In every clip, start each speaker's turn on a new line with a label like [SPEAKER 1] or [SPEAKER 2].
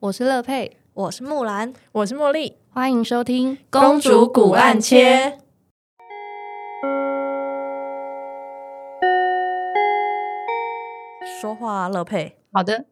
[SPEAKER 1] 我是乐佩，
[SPEAKER 2] 我是木兰，
[SPEAKER 3] 我是茉莉。
[SPEAKER 1] 欢迎收听《
[SPEAKER 2] 公主古案切》。说话乐佩，
[SPEAKER 3] 好的，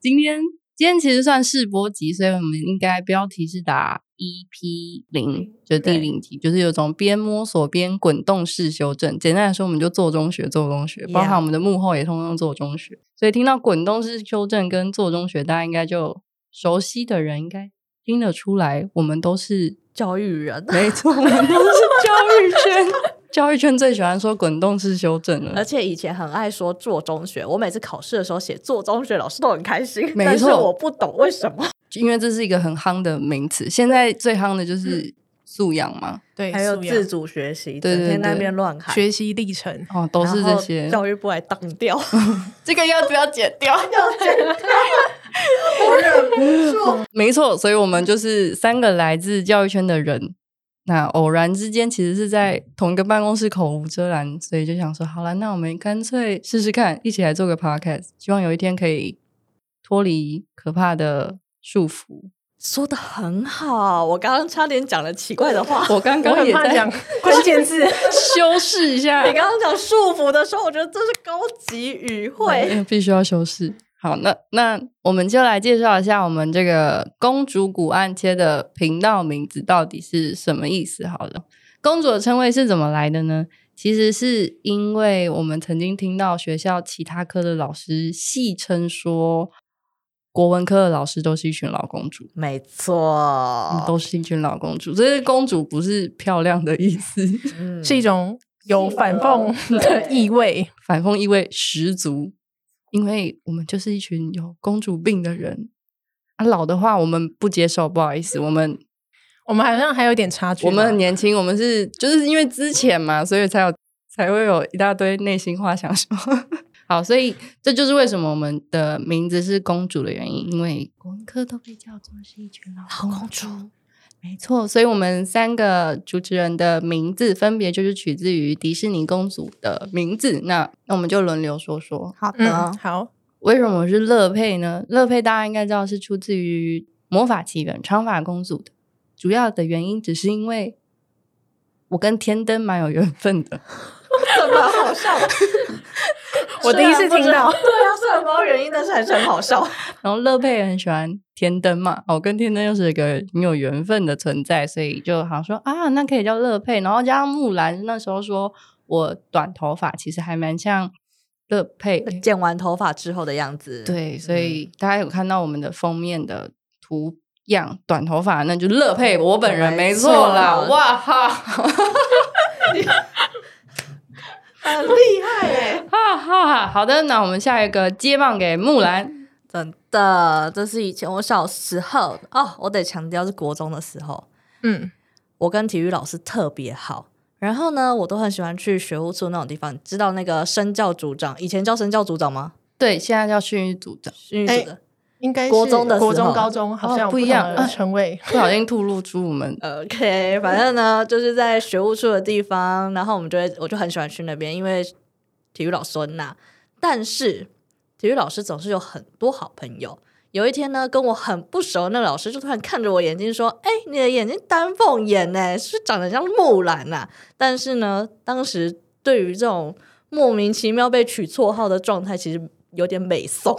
[SPEAKER 3] 今天今天其实算试播集，所以我们应该标题是打 EP 零，就是第零集，就是有种边摸索边滚动式修正。简单来说，我们就做中学，做中学，包含
[SPEAKER 2] Yeah
[SPEAKER 3] 我们的幕后也通通做中学。所以听到滚动式修正跟做中学，大家应该就熟悉的人应该听得出来，我们 都是
[SPEAKER 2] 教育人，
[SPEAKER 3] 没错，我们都是教育圈， 教育圈最喜欢说滚动式修正了
[SPEAKER 2] 而。且以前很爱说做中学，我每次考试的时候写做中学，老师都很开心，
[SPEAKER 3] 没
[SPEAKER 2] 但是
[SPEAKER 3] 错
[SPEAKER 2] 我不懂为什么。
[SPEAKER 3] 因为这是一个很夯的名词，现在最夯的就是素养嘛，
[SPEAKER 4] 对，
[SPEAKER 2] 还有
[SPEAKER 4] 素养
[SPEAKER 2] 自嗯主学习，
[SPEAKER 3] 对
[SPEAKER 2] 整
[SPEAKER 3] 对
[SPEAKER 2] 天在那
[SPEAKER 3] 对
[SPEAKER 2] 边乱喊，
[SPEAKER 4] 学习历程，
[SPEAKER 3] 哦，都是
[SPEAKER 2] 然
[SPEAKER 3] 这
[SPEAKER 2] 后
[SPEAKER 3] 些。
[SPEAKER 2] 教育部来挡掉，
[SPEAKER 3] 这个要不要剪掉？
[SPEAKER 2] 我忍不住。
[SPEAKER 3] 没错，所以我们就是三个来自教育圈的人，那偶然之间其实是在同一个办公室口无遮拦，所以就想说，好了，那我们干脆试试看，一起来做个 podcast，希望有一天可以脱离可怕的束缚。
[SPEAKER 2] 说的很好，我刚刚差点讲了奇怪的 话。
[SPEAKER 3] 我刚
[SPEAKER 4] 我
[SPEAKER 3] 刚
[SPEAKER 4] 很
[SPEAKER 3] 也
[SPEAKER 4] 怕
[SPEAKER 3] 在
[SPEAKER 4] 讲关键字，
[SPEAKER 3] 修饰一下，
[SPEAKER 2] 你刚刚讲束缚的时候，我觉得这是高级语汇。
[SPEAKER 3] 必须要修饰。好，那那我们就来介绍一下我们这个公主古案切的频道名字到底是什么意思。好了，公主的称谓是怎么来的呢？其实是因为我们曾经听到学校其他科的老师戏称说，国文科的老师都是一群老公主，
[SPEAKER 2] 没
[SPEAKER 3] 嗯
[SPEAKER 2] 错，
[SPEAKER 3] 都是一群老公主。这是公主不是漂亮的意思，
[SPEAKER 2] 嗯
[SPEAKER 4] 是一种有反
[SPEAKER 3] 哦
[SPEAKER 4] 讽的意味。
[SPEAKER 3] 反讽意味十足，因为我们就是一群有公主病的人。啊，老的话我们不接受，不好意思，我 们
[SPEAKER 4] 我们好像还有一点差距嘛，
[SPEAKER 3] 我们很年轻，我们是就是因为之前嘛，所以才有才会有一大堆内心话想说。 好，所以这就是为什么我们的名字是公主的原因，因为文科都被叫做是一群老公主。没错，所以我们三个主持人的名字分别就是取自于迪士尼公主的名字。那那我们就轮流说说。
[SPEAKER 2] 好
[SPEAKER 3] 啊
[SPEAKER 4] 嗯，好，
[SPEAKER 3] 为什么是乐佩呢？乐佩大家应该知道是出自于《魔法奇缘》长发公主的，主要的原因只是因为我跟天灯蛮有缘分的。
[SPEAKER 2] 怎么好 笑？
[SPEAKER 4] 我第一次听
[SPEAKER 2] 虽然
[SPEAKER 4] 到
[SPEAKER 2] 不知道对啊，虽然不知道原因，但是还是很好笑。
[SPEAKER 3] 然后乐佩很喜欢天灯嘛，我跟天灯又是一个很有缘分的存在，所以就好像说啊，那可以叫乐佩。然后加上木兰那时候说我短头发，其实还蛮像乐佩。
[SPEAKER 2] 剪完头发之后的样子，
[SPEAKER 3] 对，嗯所以大家有看到我们的封面的图样，短头发，那就乐佩我本人
[SPEAKER 2] 没
[SPEAKER 3] 没
[SPEAKER 2] 错
[SPEAKER 3] 错啦，哇 哈，哈
[SPEAKER 2] 很厉害耶！
[SPEAKER 3] 哈哈。好的，那我们下一个接棒给木兰，
[SPEAKER 2] 真的，这是以前我小时候哦，我得强调是国中的时候，
[SPEAKER 4] 嗯，
[SPEAKER 2] 我跟体育老师特别好。然后呢，我都很喜欢去学务处那种地方，知道那个身教组长，以前叫身教组长吗？
[SPEAKER 3] 对，现在叫训育组长，
[SPEAKER 2] 训育组的，
[SPEAKER 4] 应该是
[SPEAKER 2] 国中的时候
[SPEAKER 4] 国中、高中好像有
[SPEAKER 3] 哦不一样
[SPEAKER 4] 同的称谓，
[SPEAKER 3] 不小心吐露出我们
[SPEAKER 2] OK，反正呢，就是在学务处的地方，然后我们就会，我就很喜欢去那边，因为体育老师很那。但是体育老师总是有很多好朋友。有一天呢，跟我很不熟的那个老师就突然看着我眼睛说：“哎、你的眼睛丹凤眼呢、是不是长得像木兰呐、但是呢，当时对于这种莫名其妙被取绰号的状态，其实有点美颂。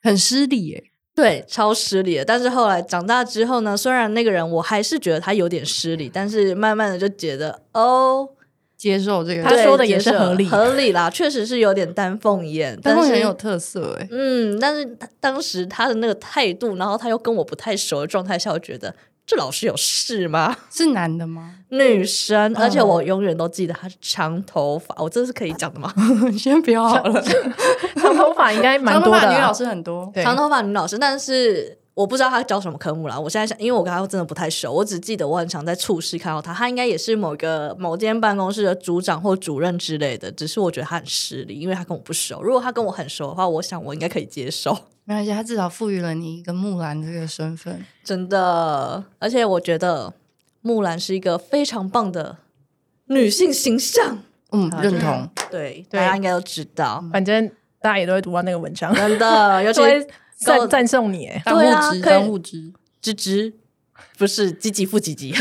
[SPEAKER 3] 很失礼耶、
[SPEAKER 2] 对，超失礼的。但是后来长大之后呢，虽然那个人我还是觉得他有点失礼，但是慢慢的就觉得哦，
[SPEAKER 3] 接受这个，
[SPEAKER 4] 他
[SPEAKER 2] 对
[SPEAKER 4] 说的也
[SPEAKER 2] 接
[SPEAKER 4] 是
[SPEAKER 2] 受
[SPEAKER 4] 合理
[SPEAKER 2] 合理啦，确实是有点丹凤眼，
[SPEAKER 3] 但
[SPEAKER 2] 但
[SPEAKER 3] 会
[SPEAKER 2] 是
[SPEAKER 3] 很有特色哎、
[SPEAKER 2] 嗯，但是他当时他的那个态度，然后他又跟我不太熟的状态下，我觉得这老师有事吗？
[SPEAKER 3] 是男的吗？
[SPEAKER 2] 女生，而且
[SPEAKER 4] 哦
[SPEAKER 2] 我永远都记得他是长头发，我这是可以讲的吗？
[SPEAKER 3] 先不要好了，
[SPEAKER 4] 长头发应该蛮
[SPEAKER 3] 长头
[SPEAKER 4] 多的
[SPEAKER 3] 发女
[SPEAKER 4] 啊
[SPEAKER 3] 老，师很多，
[SPEAKER 4] 对
[SPEAKER 2] 长头发女老师，但是我不知道她教什么科目啦。我现在想，因为我跟她真的不太熟，我只记得我很常在处室看到她，她应该也是某个某间办公室的组长或主任之类的。只是我觉得她很失礼，因为她跟我不熟。如果她跟我很熟的话，我想我应该可以接 受。
[SPEAKER 3] 没关系，他至少赋予了你一个木兰这个身份。
[SPEAKER 2] 真的，而且我觉得木兰是一个非常棒的女性形象，
[SPEAKER 3] 嗯，
[SPEAKER 2] 好
[SPEAKER 3] 认
[SPEAKER 2] 的
[SPEAKER 3] 同。
[SPEAKER 2] 对
[SPEAKER 4] 对
[SPEAKER 2] 大家应该都知道，
[SPEAKER 4] 反正大家也都会读到那个文 章，
[SPEAKER 2] 真的，尤其
[SPEAKER 4] 都会赞赞颂你哎，
[SPEAKER 3] 当
[SPEAKER 2] 对啊
[SPEAKER 3] 护知，
[SPEAKER 2] 可以
[SPEAKER 3] 当护知。
[SPEAKER 2] 吱吱，不是积极负积极，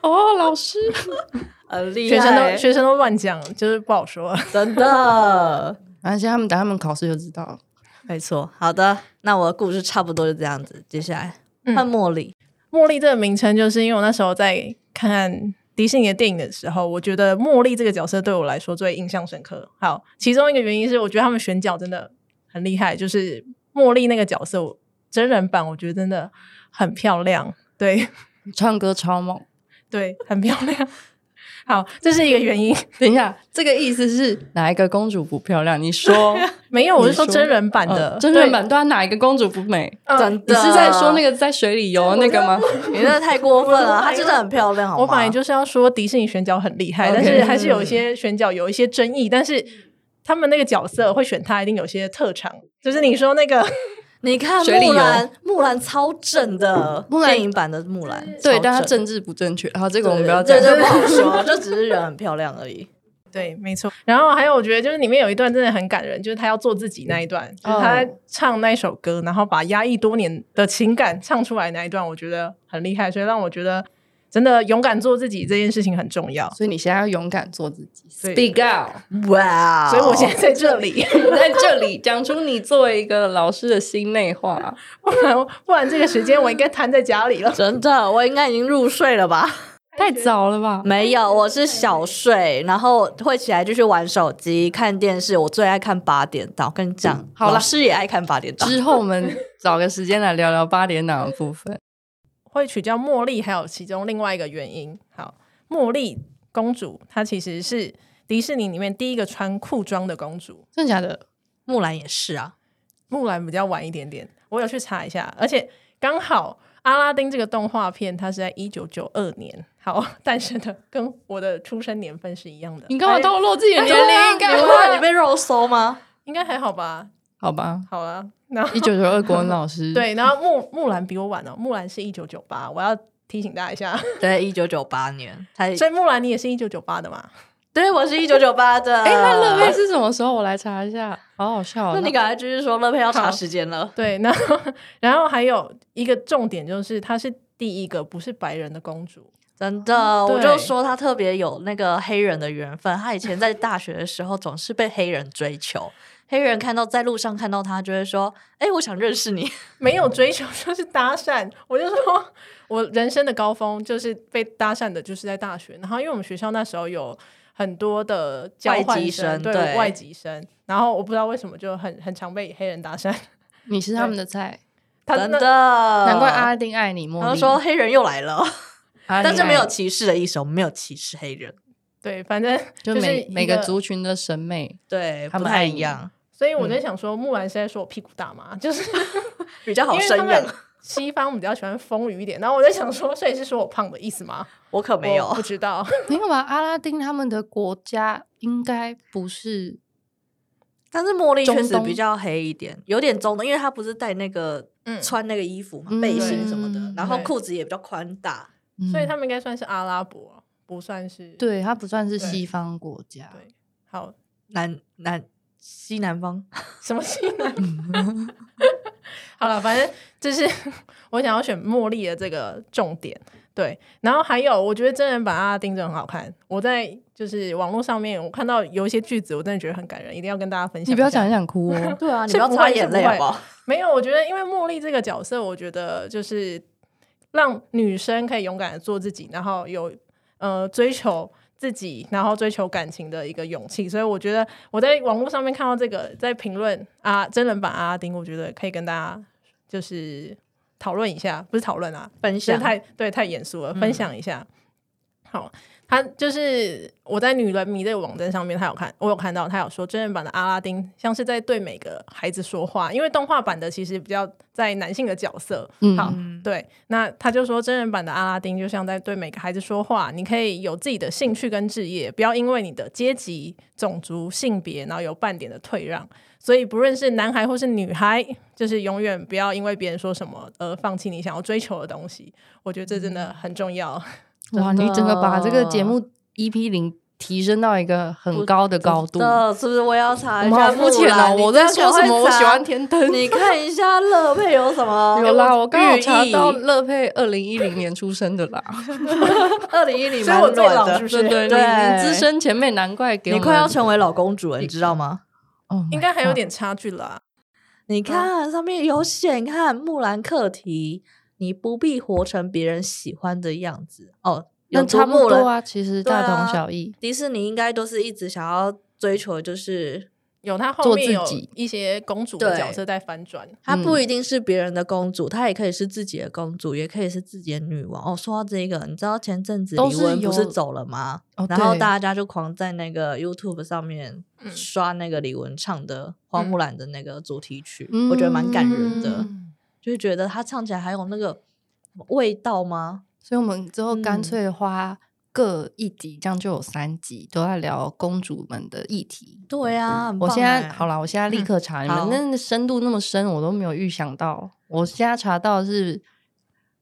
[SPEAKER 3] 哦，老 师，
[SPEAKER 2] 很厉
[SPEAKER 4] 学
[SPEAKER 2] 害、
[SPEAKER 4] 生
[SPEAKER 3] 欸
[SPEAKER 4] 都学生都乱讲，就是不好说。
[SPEAKER 2] 真的，
[SPEAKER 3] 而且他们等他们考试就知道了。
[SPEAKER 2] 没错。好的，那我的故事差不多就这样子。接下来
[SPEAKER 4] 嗯
[SPEAKER 2] 换茉莉，
[SPEAKER 4] 茉莉这个名称，就是因为我那时候在看迪士尼的电影的时候，我觉得茉莉这个角色对我来说最印象深刻。好，其中一个原因是我觉得他们选角真的很厉害，就是茉莉那个角色我真人版，我觉得真的很漂亮。对
[SPEAKER 3] 唱歌超猛。
[SPEAKER 4] 对，很漂亮。好，这是一个原因。
[SPEAKER 3] 等一下，这个意思是哪一个公主不漂亮？你 说，
[SPEAKER 4] 没有，我是说
[SPEAKER 3] 你说
[SPEAKER 4] 真人版的，
[SPEAKER 3] 呃真人版呃对啊，哪一个公主不美？
[SPEAKER 4] 对。嗯
[SPEAKER 2] 真
[SPEAKER 3] 呃你
[SPEAKER 2] 的，
[SPEAKER 3] 是在说那个在水里游的那个吗？
[SPEAKER 2] 你真的太过分 了，
[SPEAKER 4] 我
[SPEAKER 2] 她真的很漂亮，好吗？
[SPEAKER 4] 我本来就是要说迪士尼选角很厉害
[SPEAKER 3] OK
[SPEAKER 4] 但是还是有一些选角有一些争议，但是他们那个角色会选他，一定有些特长。就是你说那个，
[SPEAKER 2] 你看
[SPEAKER 3] 水里
[SPEAKER 2] 木
[SPEAKER 3] 游
[SPEAKER 2] 兰，木兰超正的，
[SPEAKER 3] 木兰
[SPEAKER 2] 电影版的木兰，
[SPEAKER 3] 对，
[SPEAKER 2] 超
[SPEAKER 3] 但她
[SPEAKER 2] 正
[SPEAKER 3] 政治不正确。然后这
[SPEAKER 2] 对
[SPEAKER 3] 个我们不要
[SPEAKER 2] 这
[SPEAKER 3] 讲。
[SPEAKER 2] 就不好说，就只是人很漂亮而已。
[SPEAKER 4] 对，没错。然后还有，我觉得就是里面有一段真的很感人，就是他要做自己那一段，就是他唱那首歌，然后把压抑多年的情感唱出来那一段，我觉得很厉害，所以让我觉得真的勇敢做自己这件事情很重要。
[SPEAKER 3] 所以你现在要勇敢做自己
[SPEAKER 4] 对
[SPEAKER 3] ，Speak out，
[SPEAKER 2] 哇！
[SPEAKER 4] 所以我现在在这里，
[SPEAKER 3] 在这里讲出你作为一个老师的心内话。
[SPEAKER 4] 不然 不然这个时间我应该瘫在家里了。
[SPEAKER 2] 真的，我应该已经入睡了吧？
[SPEAKER 3] 太早了吧？
[SPEAKER 2] 没有，我是小睡，然后会起来继续玩手机、看电视。我最爱看八点档，跟你讲，
[SPEAKER 3] 嗯好啦
[SPEAKER 2] 老师也爱看八点档。
[SPEAKER 3] 之后我们找个时间来聊聊八点档的部分。
[SPEAKER 4] 会取叫茉莉，还有其中另外一个原因。好，茉莉公主她其实是迪士尼里面第一个穿裤装的公主，
[SPEAKER 3] 真的假的？
[SPEAKER 2] 木兰也是啊，
[SPEAKER 4] 木兰比较晚一点点，我有去查一下，而且刚好阿拉丁这个动画片它是在一九九二年好诞生的，跟我的出生年份是一样的。
[SPEAKER 3] 你干嘛
[SPEAKER 4] 哎
[SPEAKER 3] 透露自己的年龄？干
[SPEAKER 2] 你不怕你
[SPEAKER 3] 嘛？
[SPEAKER 2] 被肉搜吗？
[SPEAKER 4] 应该还好吧？
[SPEAKER 3] 好吧，
[SPEAKER 4] 好了，然后
[SPEAKER 3] 一九九二国文老师，，
[SPEAKER 4] 对，然后木木兰比我晚哦，木兰是一九九八，我要提醒大家一下，
[SPEAKER 2] 对，一九九八年，他
[SPEAKER 4] 所以木兰你也是一九九八的嘛？
[SPEAKER 2] 对我是一九九八的。
[SPEAKER 3] 哎，那乐佩是什么时候？我来查一下，好好笑哦。
[SPEAKER 2] 那你赶快继续说，乐佩要查
[SPEAKER 4] 好
[SPEAKER 2] 时间了。
[SPEAKER 4] 对，然后然后还有一个重点就是，她是第一个不是白人的公主。
[SPEAKER 2] 真的，
[SPEAKER 4] 对
[SPEAKER 2] 我就说他特别有那个黑人的缘分。他以前在大学的时候总是被黑人追求，黑人看到在路上看到他就会说：“哎、我想认识你。
[SPEAKER 4] 没有追求，就是搭讪。我就说，我人生的高峰就是被搭讪的，就是在大学。然后，因为我们学校那时候有很多的交
[SPEAKER 2] 外
[SPEAKER 4] 换
[SPEAKER 2] 籍生
[SPEAKER 4] 对
[SPEAKER 2] 对
[SPEAKER 4] 外籍生。然后我不知道为什么就很很常被黑人搭讪。
[SPEAKER 3] 你是他们的菜，”
[SPEAKER 4] 他
[SPEAKER 2] 真
[SPEAKER 4] 那
[SPEAKER 2] 的，
[SPEAKER 3] 难
[SPEAKER 2] 难
[SPEAKER 3] 怪阿拉丁爱你。茉
[SPEAKER 2] 然后
[SPEAKER 3] 莉
[SPEAKER 2] 说，黑人又来了，
[SPEAKER 3] 阿拉丁爱
[SPEAKER 2] 但
[SPEAKER 3] 你
[SPEAKER 2] 是没有歧视的意思，我们没有歧视黑人，
[SPEAKER 4] 对，反正
[SPEAKER 3] 就
[SPEAKER 4] 就是
[SPEAKER 3] 每
[SPEAKER 4] 一
[SPEAKER 3] 每个族群的审美。
[SPEAKER 2] 对，
[SPEAKER 3] 他
[SPEAKER 2] 不
[SPEAKER 3] 们
[SPEAKER 2] 太
[SPEAKER 3] 爱
[SPEAKER 2] 一
[SPEAKER 3] 你
[SPEAKER 2] 样，
[SPEAKER 4] 所以
[SPEAKER 2] 嗯
[SPEAKER 4] 我在想说，木兰是在说我屁股大嘛？就是
[SPEAKER 2] 比较好
[SPEAKER 4] 因为他
[SPEAKER 2] 生
[SPEAKER 4] 们
[SPEAKER 2] 养。
[SPEAKER 4] 西方比较喜欢丰腴一点。然后我在想说，所以是说我胖的意思吗？
[SPEAKER 2] 我可 没有
[SPEAKER 4] 我不，知道。
[SPEAKER 3] 没有吧？阿拉丁他们的国家应该不是
[SPEAKER 2] 但是茉莉确
[SPEAKER 3] 中
[SPEAKER 2] 实
[SPEAKER 3] 东
[SPEAKER 2] 比较黑一点，有点中东，因为她不是戴那个
[SPEAKER 4] 嗯
[SPEAKER 2] 穿那个衣服嘛，
[SPEAKER 3] 嗯
[SPEAKER 2] 背心什么的
[SPEAKER 3] 对，
[SPEAKER 2] 然后
[SPEAKER 4] 对
[SPEAKER 2] 裤子也比较宽大。
[SPEAKER 4] 所以
[SPEAKER 3] 嗯
[SPEAKER 4] 他们应该算是阿拉伯，不算是。
[SPEAKER 3] 对它不算是
[SPEAKER 4] 对
[SPEAKER 3] 西方国家。
[SPEAKER 4] 对好，
[SPEAKER 2] 南南西南方，。
[SPEAKER 4] 什么西南？ 好了，反正就是 我想要选茉莉的这个重点。对，然后还有，我觉得真人版阿拉丁真的很好看。我在就是网络上面，我看到有一些句子，我真的觉得很感人，一定要跟大家分享。
[SPEAKER 3] 你不要讲一，讲哭哦
[SPEAKER 2] 对啊，你
[SPEAKER 4] 是
[SPEAKER 2] 不要
[SPEAKER 4] 不
[SPEAKER 2] 擦
[SPEAKER 4] 会
[SPEAKER 2] 眼
[SPEAKER 4] 是
[SPEAKER 2] 泪
[SPEAKER 4] 不
[SPEAKER 2] 好
[SPEAKER 4] 会
[SPEAKER 2] 不好？
[SPEAKER 4] 没有，我觉得因为茉莉这个角色，我觉得就是让女生可以勇敢的做自己，然后有呃追求自己，然后追求感情的一个勇气。所以我觉得我在网络上面看到这个，在评论啊真人版阿拉丁，我觉得可以跟大家就是讨论一下，不是讨论啊，
[SPEAKER 2] 分
[SPEAKER 4] 这太对太严肃了，分享一下。好，他就是我在女人迷这个网站上面，他有看，我有看到他有说真人版的阿拉丁像是在对每个孩子说话，因为动画版的其实比较在男性的角色。
[SPEAKER 3] 嗯
[SPEAKER 4] 好，
[SPEAKER 2] 嗯
[SPEAKER 4] 对，那他就说真人版的阿拉丁就像在对每个孩子说话，你可以有自己的兴趣跟置业，不要因为你的阶级、种族、性别，然后有半点的退让。所以不论是男孩或是女孩，就是永远不要因为别人说什么而放弃你想要追求的东西。我觉得这真的很重要。
[SPEAKER 3] 哇，
[SPEAKER 2] 真的
[SPEAKER 3] 你整个把这个节目 EP E 零提升到一个很高的高度。
[SPEAKER 2] 的是不是？我也要查
[SPEAKER 3] 我
[SPEAKER 2] 一
[SPEAKER 3] 们
[SPEAKER 2] 下
[SPEAKER 3] 好
[SPEAKER 2] 木兰。
[SPEAKER 3] 肤浅哦！
[SPEAKER 2] 你
[SPEAKER 3] 我在
[SPEAKER 2] 这样
[SPEAKER 3] 说什么？我
[SPEAKER 2] 赶快
[SPEAKER 3] 喜
[SPEAKER 2] 查
[SPEAKER 3] 欢天灯。
[SPEAKER 2] 啊 你看一下乐佩有什么
[SPEAKER 3] 有啦，我刚好查到
[SPEAKER 2] 寓意
[SPEAKER 3] 乐佩二零一零年出生的啦，
[SPEAKER 2] 二 零一零
[SPEAKER 4] 所以
[SPEAKER 2] 蛮
[SPEAKER 4] 我最
[SPEAKER 2] 暖
[SPEAKER 4] 老
[SPEAKER 2] 的
[SPEAKER 4] 是
[SPEAKER 3] 对
[SPEAKER 4] 不是？
[SPEAKER 3] 对，你
[SPEAKER 2] 对
[SPEAKER 3] 你资深前辈，难怪给我
[SPEAKER 2] 你
[SPEAKER 3] 们
[SPEAKER 2] 快要成为老公主了，你知道吗？
[SPEAKER 3] Oh my
[SPEAKER 4] 应该还有
[SPEAKER 3] God
[SPEAKER 4] 点差距啦。
[SPEAKER 3] 嗯
[SPEAKER 2] 你看上面有写，你看木兰课题，你不必活成别人喜欢的样子哦。
[SPEAKER 3] 那
[SPEAKER 2] 有读
[SPEAKER 3] 差不
[SPEAKER 2] 木兰
[SPEAKER 3] 多啊，其实大
[SPEAKER 2] 对啊
[SPEAKER 3] 同小异。
[SPEAKER 2] 迪士尼应该都是一直想要追求，
[SPEAKER 3] 嗯
[SPEAKER 2] 就是
[SPEAKER 4] 有他后
[SPEAKER 3] 做
[SPEAKER 4] 面
[SPEAKER 3] 自
[SPEAKER 4] 有
[SPEAKER 3] 己
[SPEAKER 4] 一些公主的
[SPEAKER 2] 对
[SPEAKER 4] 角色在翻转，
[SPEAKER 2] 她不一定是别人的公主，她也可以是自己的公主，也可以是自己的女王。哦，说到这个，你知道前阵子
[SPEAKER 3] 都
[SPEAKER 2] 李
[SPEAKER 3] 是
[SPEAKER 2] 玟不
[SPEAKER 3] 有
[SPEAKER 2] 是走了吗？
[SPEAKER 3] 哦
[SPEAKER 2] 然后
[SPEAKER 3] 对
[SPEAKER 2] 大家就狂在那个 YouTube 上面
[SPEAKER 4] 嗯
[SPEAKER 2] 刷那个李玟唱的《花木兰》的那个主题曲，
[SPEAKER 3] 嗯
[SPEAKER 2] 我觉得蛮感人的，
[SPEAKER 3] 嗯
[SPEAKER 2] 就是觉得她唱起来还有那个味道吗？
[SPEAKER 3] 所以我们之后干
[SPEAKER 2] 嗯
[SPEAKER 3] 脆花各一集，这样就有三集都在聊公主们的议题。
[SPEAKER 2] 对
[SPEAKER 4] 嗯
[SPEAKER 2] 啊，很
[SPEAKER 3] 我
[SPEAKER 2] 棒
[SPEAKER 3] 现在
[SPEAKER 2] 欸嗯
[SPEAKER 3] 好了，我现在立刻查你
[SPEAKER 2] 好
[SPEAKER 3] 们那个深度那么深，我都没有预想到。我现在查到的是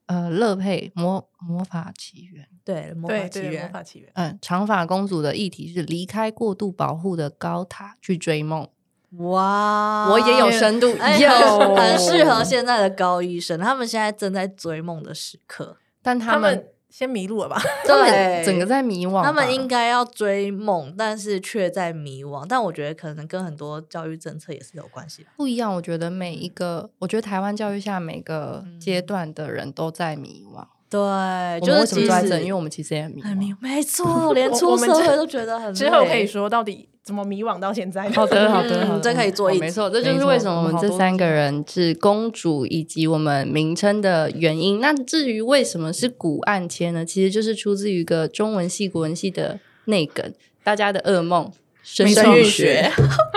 [SPEAKER 3] 呃，乐佩魔魔法起源，
[SPEAKER 2] 对魔法
[SPEAKER 4] 对
[SPEAKER 2] 奇
[SPEAKER 4] 对，魔
[SPEAKER 2] 缘，
[SPEAKER 4] 法起源。
[SPEAKER 3] 嗯，长发公主的议题是离开过度保护的高塔去追梦。
[SPEAKER 2] 哇，
[SPEAKER 3] 我也有深度，
[SPEAKER 2] 哎
[SPEAKER 3] 有
[SPEAKER 2] 很很适合现在的高医生，他们现在正在追梦的时刻，
[SPEAKER 3] 但
[SPEAKER 4] 他
[SPEAKER 3] 他们
[SPEAKER 4] 们先迷路了吧？
[SPEAKER 3] 他们
[SPEAKER 2] 对
[SPEAKER 3] 整个在迷惘吧，
[SPEAKER 2] 他们应该要追梦，但是却在迷惘。但我觉得可能跟很多教育政策也是有关系吧。
[SPEAKER 3] 不一样。我觉得每一个，我觉得台湾教育下每个阶段的人都在迷惘。
[SPEAKER 2] 对，
[SPEAKER 3] 我
[SPEAKER 2] 嗯哎就
[SPEAKER 3] 们为
[SPEAKER 2] 是
[SPEAKER 3] 什么
[SPEAKER 2] 即
[SPEAKER 3] 坐在
[SPEAKER 2] 使
[SPEAKER 3] 这？因为我们其实也很迷
[SPEAKER 2] 很迷
[SPEAKER 3] 惘。，
[SPEAKER 2] 没错，连
[SPEAKER 4] 我
[SPEAKER 2] 出
[SPEAKER 4] 我们
[SPEAKER 2] 社会
[SPEAKER 4] 这
[SPEAKER 2] 都觉得很
[SPEAKER 4] 之后可
[SPEAKER 2] 累
[SPEAKER 4] 以说到底怎么迷惘到现在的？
[SPEAKER 3] 好的，好的，
[SPEAKER 2] 嗯
[SPEAKER 3] 好的
[SPEAKER 2] 这可以做一集
[SPEAKER 3] 没错，这就是为什么我们这三个人是公主以及我们名称的原因。那至于为什么是古岸签呢？其实就是出自于一个中文系、国文系的内梗，大家的噩梦——生
[SPEAKER 4] 生
[SPEAKER 3] 育
[SPEAKER 4] 育
[SPEAKER 3] 学
[SPEAKER 4] 学，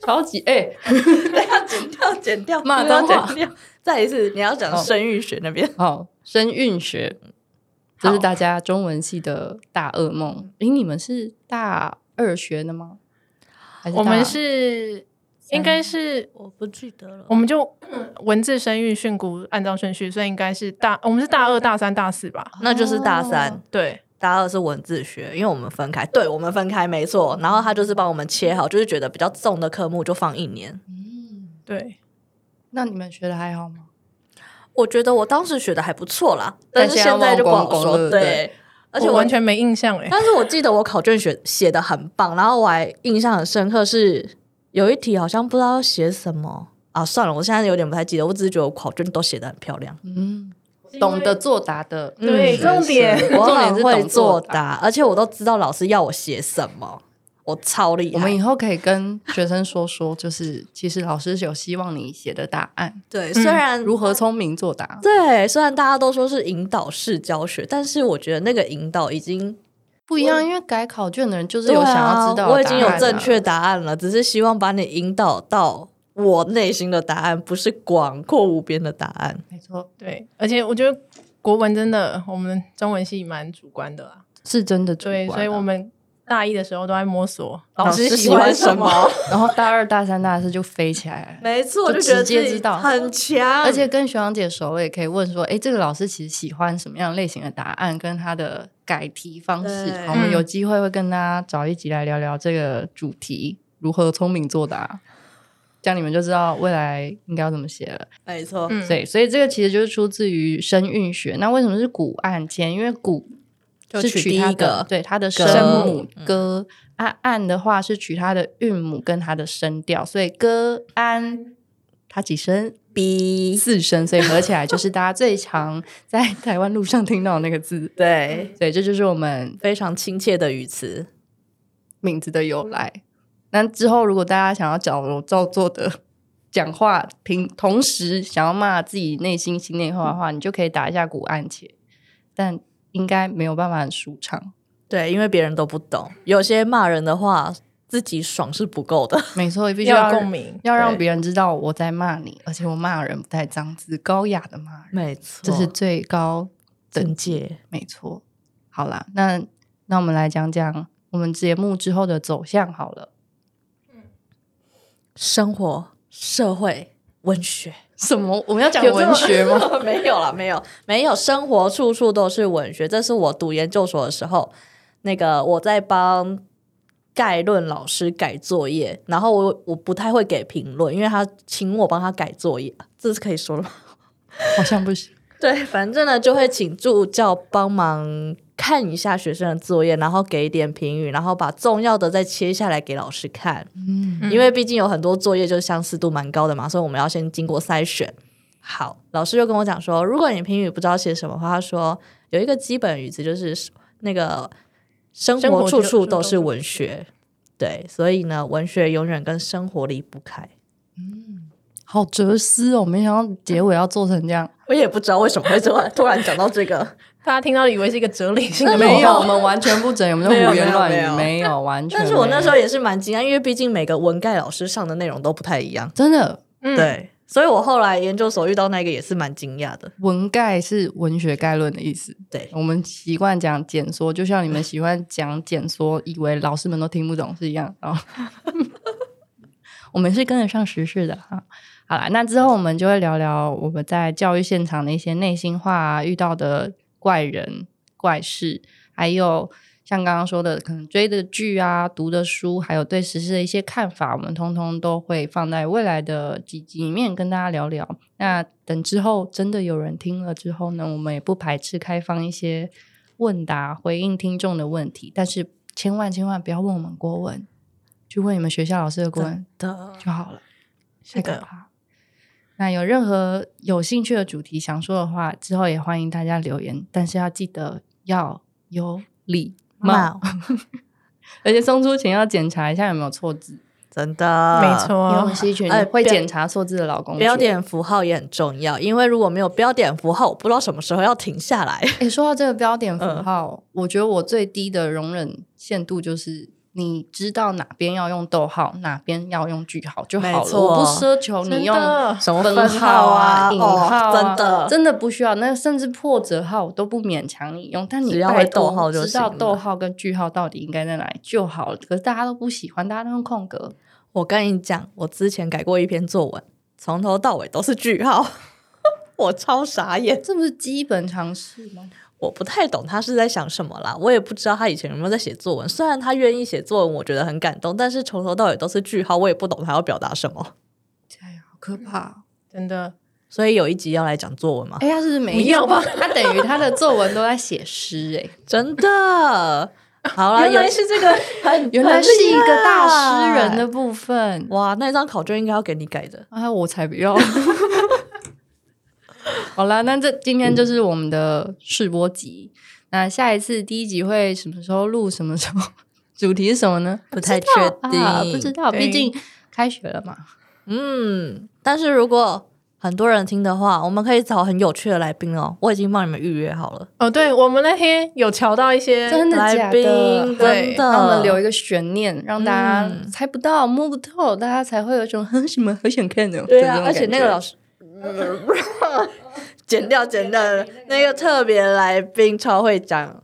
[SPEAKER 3] 超级哎，
[SPEAKER 2] 剪掉，剪掉，
[SPEAKER 3] 骂
[SPEAKER 2] 这 个要
[SPEAKER 3] 脏话
[SPEAKER 2] 剪掉。再一次，你要讲
[SPEAKER 3] 哦
[SPEAKER 2] 生育学那边，
[SPEAKER 3] 好，声韵学，这是
[SPEAKER 4] 好
[SPEAKER 3] 大家中文系的大噩梦。诶，你们是大二学的吗？还
[SPEAKER 4] 我
[SPEAKER 3] 大
[SPEAKER 4] 们是应该是，
[SPEAKER 2] 我不记得了
[SPEAKER 3] 哦
[SPEAKER 4] 我们就文字、声韵、训诂按照顺序，所以应该是大，我们是大二、大三、大四吧？
[SPEAKER 2] 那就是大三。
[SPEAKER 3] 哦
[SPEAKER 4] 对，
[SPEAKER 2] 大二是文字学，因为我们分开，对我们分开没错。然后他就是帮我们切好，就是觉得比较重的科目就放一年。
[SPEAKER 3] 嗯，
[SPEAKER 4] 对，
[SPEAKER 3] 那你们学的还好吗？
[SPEAKER 2] 我觉得我当时学的还不错啦，但是
[SPEAKER 3] 但现在
[SPEAKER 2] 现在就不好
[SPEAKER 3] 忘光
[SPEAKER 2] 说。
[SPEAKER 3] 光了对不对
[SPEAKER 2] 而且
[SPEAKER 4] 我
[SPEAKER 2] 我
[SPEAKER 4] 完，全没印象 哎。
[SPEAKER 2] 但是我记得我考卷写写的很棒，然后我还印象很深刻是有一题好像不知道要写什么啊，算了，我现在有点不太记得，我只是觉得我考卷都写的很漂亮。
[SPEAKER 3] 嗯，懂得作答的，
[SPEAKER 4] 对
[SPEAKER 2] 嗯
[SPEAKER 4] 重点
[SPEAKER 2] 我
[SPEAKER 3] 重点
[SPEAKER 2] 很
[SPEAKER 3] 是
[SPEAKER 2] 会
[SPEAKER 3] 懂
[SPEAKER 2] 作
[SPEAKER 3] 作答。
[SPEAKER 2] 答，而且我都知道老师要我写什么，我超厉害。
[SPEAKER 3] 我们以后可以跟学生说说， 就是其实老师有希望你写的答案，
[SPEAKER 2] 对，虽然
[SPEAKER 3] 嗯如何聪明作答。
[SPEAKER 2] 对，虽然大家都说是引导式教学，但是我觉得那个引导已经
[SPEAKER 3] 不一样，因为改考卷的人就是
[SPEAKER 2] 对
[SPEAKER 3] 有
[SPEAKER 2] 啊
[SPEAKER 3] 想要知道、
[SPEAKER 2] 我已经有正确。答案了，只是希望把你引导到我内心的答案，不是广阔无边的答案。
[SPEAKER 3] 没错，
[SPEAKER 4] 对，而且我觉得国文真的，我们中文系蛮主观的啦。
[SPEAKER 3] 是真的主观
[SPEAKER 4] 对，
[SPEAKER 3] 啊。
[SPEAKER 4] 所以我们大一的时候都在摸索
[SPEAKER 2] 老
[SPEAKER 4] 师
[SPEAKER 2] 师
[SPEAKER 4] 喜
[SPEAKER 2] 喜欢
[SPEAKER 4] 什
[SPEAKER 2] 什么？
[SPEAKER 3] 然后大二、大三、大四就飞起来了。
[SPEAKER 2] 没错，
[SPEAKER 3] 就
[SPEAKER 2] 就觉得
[SPEAKER 3] 直接
[SPEAKER 2] 自己
[SPEAKER 3] 知道
[SPEAKER 2] 很强，
[SPEAKER 3] 而且跟学长姐熟了，也可以问说，哎，这个老师其实喜欢什么样类型的答案，跟他的改题方式
[SPEAKER 2] 对。
[SPEAKER 3] 好我们
[SPEAKER 4] 嗯
[SPEAKER 3] 有机会会跟大家找一集来聊聊这个主题，如何聪明作答，这样你们就知道未来应该要怎么写了。
[SPEAKER 2] 没错，
[SPEAKER 4] 嗯，
[SPEAKER 3] 对，所以这个其实就是出自于声韵学。那为什么是古案间？因为古
[SPEAKER 2] 就是取
[SPEAKER 3] 取
[SPEAKER 2] 第
[SPEAKER 3] 它
[SPEAKER 2] 一
[SPEAKER 3] 的
[SPEAKER 2] 个
[SPEAKER 3] 对它的
[SPEAKER 2] 歌
[SPEAKER 3] 声母
[SPEAKER 2] 嗯
[SPEAKER 3] 歌，啊按的话是取它的韵母跟它的声调，所以歌安它几声？
[SPEAKER 2] b
[SPEAKER 3] 四声，所以合起来就是大家最常 在台湾路上听到的那个字。
[SPEAKER 2] 对，
[SPEAKER 3] 对，这就是我们
[SPEAKER 2] 非常亲切的语词。
[SPEAKER 3] 名字的由来。那之后，如果大家想要矫揉造作的 讲话，平同时想要骂自己内心心内话的话，你就可以打一下古按切，但应该没有办法很舒畅。
[SPEAKER 2] 对，因为别人都不懂，有些骂人的话，自己爽是不够的。
[SPEAKER 3] 没错，必须
[SPEAKER 4] 要
[SPEAKER 3] 要
[SPEAKER 4] 有共鸣。
[SPEAKER 3] 要让
[SPEAKER 2] 对
[SPEAKER 3] 别人知道我在骂你，而且我骂人不带脏字，高雅的骂人，
[SPEAKER 2] 没错，
[SPEAKER 3] 这是最高
[SPEAKER 2] 境界。
[SPEAKER 3] 没错。好啦，那那我们来讲讲我们节目之后的走向好了。
[SPEAKER 2] 生活、社会、文学。
[SPEAKER 3] 什么？我们要讲
[SPEAKER 2] 有这么
[SPEAKER 3] 文学 吗？
[SPEAKER 2] 没有啦，没有，没有，生活处处都是文学。这是我读研究所的时候，那个我在帮概论老师改作业，然后我我不太会给评论，因为他请我帮他改作业，这是可以说的吗？
[SPEAKER 3] 好像不行。
[SPEAKER 2] 对，反正呢就会请助教帮忙看一下学生的作业，然后给一点评语，然后把重要的再切下来给老师看。
[SPEAKER 3] 嗯，
[SPEAKER 2] 因为毕竟有很多作业就是相似度蛮高的嘛，所以我们要先经过筛选。好，老师就跟我讲说，如果你评语不知道写什么的话，他说有一个基本语词就是那个生
[SPEAKER 4] 生
[SPEAKER 2] 活
[SPEAKER 4] 活
[SPEAKER 2] 处
[SPEAKER 4] 处
[SPEAKER 2] 处都
[SPEAKER 4] 处都
[SPEAKER 2] 是
[SPEAKER 4] 是
[SPEAKER 2] 文学，对，所以呢，文学永远跟生活离不开。
[SPEAKER 3] 好哲思哦，没想到结尾要做成这 样。
[SPEAKER 2] 我也不知道为什么会突然突然讲到这个，
[SPEAKER 4] 大家听到以为是一个哲理性的
[SPEAKER 2] 没有
[SPEAKER 4] 报
[SPEAKER 3] 没
[SPEAKER 4] 告
[SPEAKER 3] 有，我们完全不整， 我们就
[SPEAKER 2] 没有
[SPEAKER 3] 胡言乱
[SPEAKER 2] 没有
[SPEAKER 3] 语，
[SPEAKER 2] 没
[SPEAKER 3] 没有完全没
[SPEAKER 2] 但
[SPEAKER 3] 有。
[SPEAKER 2] 是我那时候也是蛮惊讶，因为毕竟每个文概老师上的内容都不太一样，
[SPEAKER 3] 真的
[SPEAKER 4] 嗯，
[SPEAKER 2] 对，所以我后来研究所遇到那个也是蛮惊讶的，
[SPEAKER 3] 文概是文学概论的意思，
[SPEAKER 2] 对，
[SPEAKER 3] 我们习惯讲简说，就像你们习惯讲简说，以为老师们都听不懂是一样的。然后 我们是跟得上时事的哈。好啦，那之后我们就会聊聊我们在教育现场的一些内心话啊，遇到的怪人、怪事，还有像刚刚说的，可能追的剧啊、读的书，还有对时事的一些看法，我们通通都会放在未来的几集里面跟大家聊聊。那等之后真的有人听了之后呢，我们也不排斥开放一些问答，回应听众的问题，但是千万千万不要问我们国文，去问你们学校老师的国文
[SPEAKER 2] 的
[SPEAKER 3] 就好了，
[SPEAKER 4] 是
[SPEAKER 3] 太
[SPEAKER 4] 的
[SPEAKER 3] 可怕。那有任何有兴趣的主题想说的话，之后也欢迎大家留言，但是要记得要有礼貌，而且送出前要检查一下有没有错字，
[SPEAKER 2] 真的
[SPEAKER 4] 没
[SPEAKER 3] 因为我
[SPEAKER 4] 错
[SPEAKER 3] 们，是一群
[SPEAKER 2] 哎
[SPEAKER 3] 会
[SPEAKER 2] 标
[SPEAKER 3] 检查错字的老公主。
[SPEAKER 2] 标点符号也很重要，因为如果没有标点符号，我不知道什么时候要停下来。
[SPEAKER 3] 哎、说到这个标点符
[SPEAKER 2] 嗯
[SPEAKER 3] 号，我觉得我最低的容忍限度就是你知道哪边要用逗号，哪边要用句号就
[SPEAKER 2] 没
[SPEAKER 3] 好了。
[SPEAKER 2] 错
[SPEAKER 3] 我不奢求你用
[SPEAKER 4] 真的
[SPEAKER 2] 什么
[SPEAKER 3] 分
[SPEAKER 2] 号
[SPEAKER 3] 啊、引号
[SPEAKER 2] 哦
[SPEAKER 3] 啊、
[SPEAKER 2] 真的，
[SPEAKER 3] 真的不需要。那甚至破折号我都不勉强你用，但你
[SPEAKER 2] 只要
[SPEAKER 3] 拜
[SPEAKER 2] 会逗
[SPEAKER 3] 托
[SPEAKER 2] 号就
[SPEAKER 3] 知道
[SPEAKER 2] 行
[SPEAKER 3] 逗
[SPEAKER 2] 了
[SPEAKER 3] 号跟句号到底应该在哪里就好了。可是大家都不喜欢，大家都用空格。
[SPEAKER 2] 我跟你讲，我之前改过一篇作文，从头到尾都是句号， 我超傻眼，
[SPEAKER 3] 这不是基本常识吗？
[SPEAKER 2] 我不太懂他是在想什么啦，我也不知道他以前有没有在写作文。虽然他愿意写作文，我觉得很感动，但是从头到尾都是句号，我也不懂他要表达什么。
[SPEAKER 3] 哎呀，好可怕！
[SPEAKER 4] 真的
[SPEAKER 2] 所以有一集要来讲作文吗？
[SPEAKER 3] 哎，他是不是没
[SPEAKER 4] 不要
[SPEAKER 3] 用
[SPEAKER 4] 吧
[SPEAKER 3] 他等于他的作文都在写诗哎。
[SPEAKER 2] 真的，好啦，有
[SPEAKER 4] 是 这个，
[SPEAKER 2] 很
[SPEAKER 3] 原来是一个大
[SPEAKER 2] 很
[SPEAKER 3] 诗
[SPEAKER 2] 厉害
[SPEAKER 3] 人的部分。
[SPEAKER 2] 哇，那张考卷应该要给你改的。
[SPEAKER 3] 啊，我才不要！ 好啦，那这今天就是我们的试播集。那下一次第一集会什么时候录？什么时候？ 主题是什么呢？
[SPEAKER 2] 不太
[SPEAKER 3] 不知道
[SPEAKER 2] 确定
[SPEAKER 3] 啊不知道，
[SPEAKER 4] 对
[SPEAKER 3] 毕竟开学了嘛。
[SPEAKER 2] 嗯，但是如果很多人听的话，我们可以找很有趣的来宾哦。我已经帮你们预约好了，
[SPEAKER 4] 哦，对我们那天有瞧到一些，
[SPEAKER 3] 真的假
[SPEAKER 2] 来宾
[SPEAKER 3] 的？
[SPEAKER 2] 真
[SPEAKER 4] 对
[SPEAKER 2] 的，
[SPEAKER 3] 让我们留一个悬念，让大家
[SPEAKER 2] 嗯
[SPEAKER 3] 猜不到、摸不透，大家才会有一种 哼什么好想看哦。
[SPEAKER 2] 对啊，而且那个老
[SPEAKER 3] 师，
[SPEAKER 2] 师，剪掉剪掉，那个特别来宾超会讲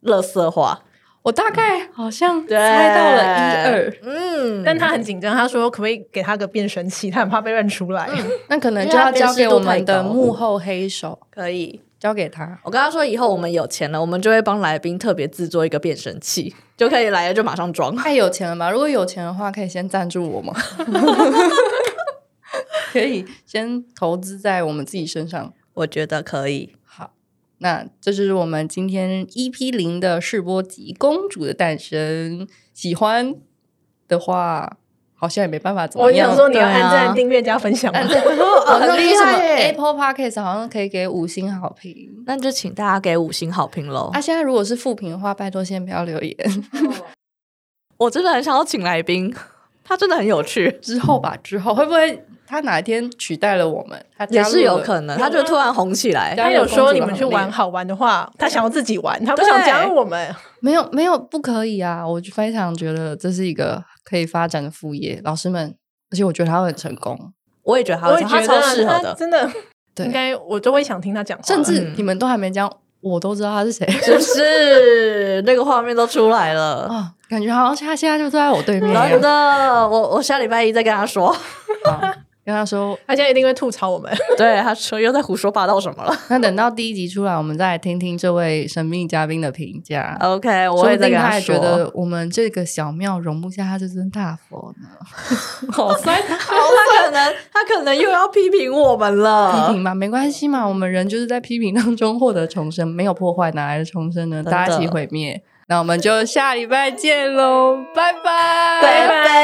[SPEAKER 2] 乐色话，
[SPEAKER 3] 我大概好像
[SPEAKER 2] 对
[SPEAKER 3] 猜到了一二，
[SPEAKER 2] 嗯，
[SPEAKER 4] 但他很紧张，他说可不可以给他个变声器，他很怕被认出来。
[SPEAKER 2] 嗯
[SPEAKER 3] 那可能
[SPEAKER 2] 因为
[SPEAKER 3] 就
[SPEAKER 2] 它
[SPEAKER 3] 要
[SPEAKER 2] 辨
[SPEAKER 3] 交
[SPEAKER 2] 识
[SPEAKER 3] 给
[SPEAKER 2] 度
[SPEAKER 3] 我
[SPEAKER 2] 太
[SPEAKER 3] 们的
[SPEAKER 2] 高
[SPEAKER 3] 幕后黑手，
[SPEAKER 2] 可以。
[SPEAKER 3] 交给他。
[SPEAKER 2] 我跟他说，以后我们有钱了，我们就会帮来宾特别制作一个变声器，就可以来了就马上装。
[SPEAKER 3] 太有钱了吧？如果有钱的话，可以先赞助我吗？ 可以先投资在我们自己身上。
[SPEAKER 2] 我觉得可以，
[SPEAKER 3] 好，那这就是我们今天 EP 零的试播集《公主的诞生》。喜欢的话，好像也没办法怎么
[SPEAKER 4] 我
[SPEAKER 3] 样。哦
[SPEAKER 4] 想说，你要
[SPEAKER 2] 对啊
[SPEAKER 4] 按赞、订阅、加分享吗，
[SPEAKER 3] 按
[SPEAKER 2] 啊
[SPEAKER 3] 赞好像
[SPEAKER 2] 哦很厉
[SPEAKER 3] 说什么
[SPEAKER 2] 害耶
[SPEAKER 3] Apple Podcast 好像可以给五星好评。
[SPEAKER 2] 那就请大家给五星好评喽
[SPEAKER 3] 啊，。现在如果是负评的话，拜托先不要留言，
[SPEAKER 2] 我真的很想要请来宾，他真的很有趣，
[SPEAKER 3] 之后
[SPEAKER 2] 嗯
[SPEAKER 3] 吧，之后会不会他哪一天取代了我们？他 加
[SPEAKER 2] 也
[SPEAKER 3] 入
[SPEAKER 2] 是有
[SPEAKER 3] 了
[SPEAKER 2] 可能，他就突然红起来。
[SPEAKER 3] 加
[SPEAKER 4] 他
[SPEAKER 3] 入
[SPEAKER 4] 有
[SPEAKER 3] 了
[SPEAKER 4] 说
[SPEAKER 3] 公主
[SPEAKER 4] 你
[SPEAKER 3] 的
[SPEAKER 4] 们
[SPEAKER 3] 行
[SPEAKER 4] 去
[SPEAKER 3] 列
[SPEAKER 4] 玩好玩的话，他想要自己玩，他不想加入我们。
[SPEAKER 3] 没有没有不可以啊！我就非常觉得这是一个可以发展的副业，老师们，而且我觉得他会很成功，
[SPEAKER 2] 我也觉得他
[SPEAKER 4] 我
[SPEAKER 2] 会
[SPEAKER 4] 也
[SPEAKER 2] 讲
[SPEAKER 4] 觉
[SPEAKER 2] 他
[SPEAKER 4] 得
[SPEAKER 2] 超适合
[SPEAKER 4] 他
[SPEAKER 2] 的，
[SPEAKER 4] 真的
[SPEAKER 3] 对
[SPEAKER 4] 应该我都会想听他讲话了，
[SPEAKER 3] 甚至
[SPEAKER 2] 嗯
[SPEAKER 3] 你们都还没讲，我都知道他是谁
[SPEAKER 2] 是不是？那个画面都出来 了，
[SPEAKER 3] 啊，
[SPEAKER 2] 嗯
[SPEAKER 3] 感觉好像他现在就坐在我对面。
[SPEAKER 2] 真的。我我下礼拜一再跟他说。
[SPEAKER 3] 好跟他说，
[SPEAKER 4] 他现在一定会吐槽 我们。
[SPEAKER 2] 对，他说又在胡说八道什 么了
[SPEAKER 3] 那等到第一集出来，我们再来听听这位神秘嘉宾的评价。
[SPEAKER 2] ？OK，我哦
[SPEAKER 3] 说
[SPEAKER 2] 会
[SPEAKER 3] 不
[SPEAKER 2] 再
[SPEAKER 3] 定
[SPEAKER 2] 跟
[SPEAKER 3] 他
[SPEAKER 2] 他
[SPEAKER 3] 也
[SPEAKER 2] 说。
[SPEAKER 3] 觉得我们这个小庙容不下他这尊大佛呢，
[SPEAKER 2] 好酸，他可能他可能又要批评我们了。
[SPEAKER 3] 批评吧，没关系嘛，我们人就是在批评当中获得重生，没有破坏哪来的重生呢？
[SPEAKER 2] 的
[SPEAKER 3] 大家一起毁灭，那我们就下礼拜见喽，拜拜，
[SPEAKER 2] 拜拜。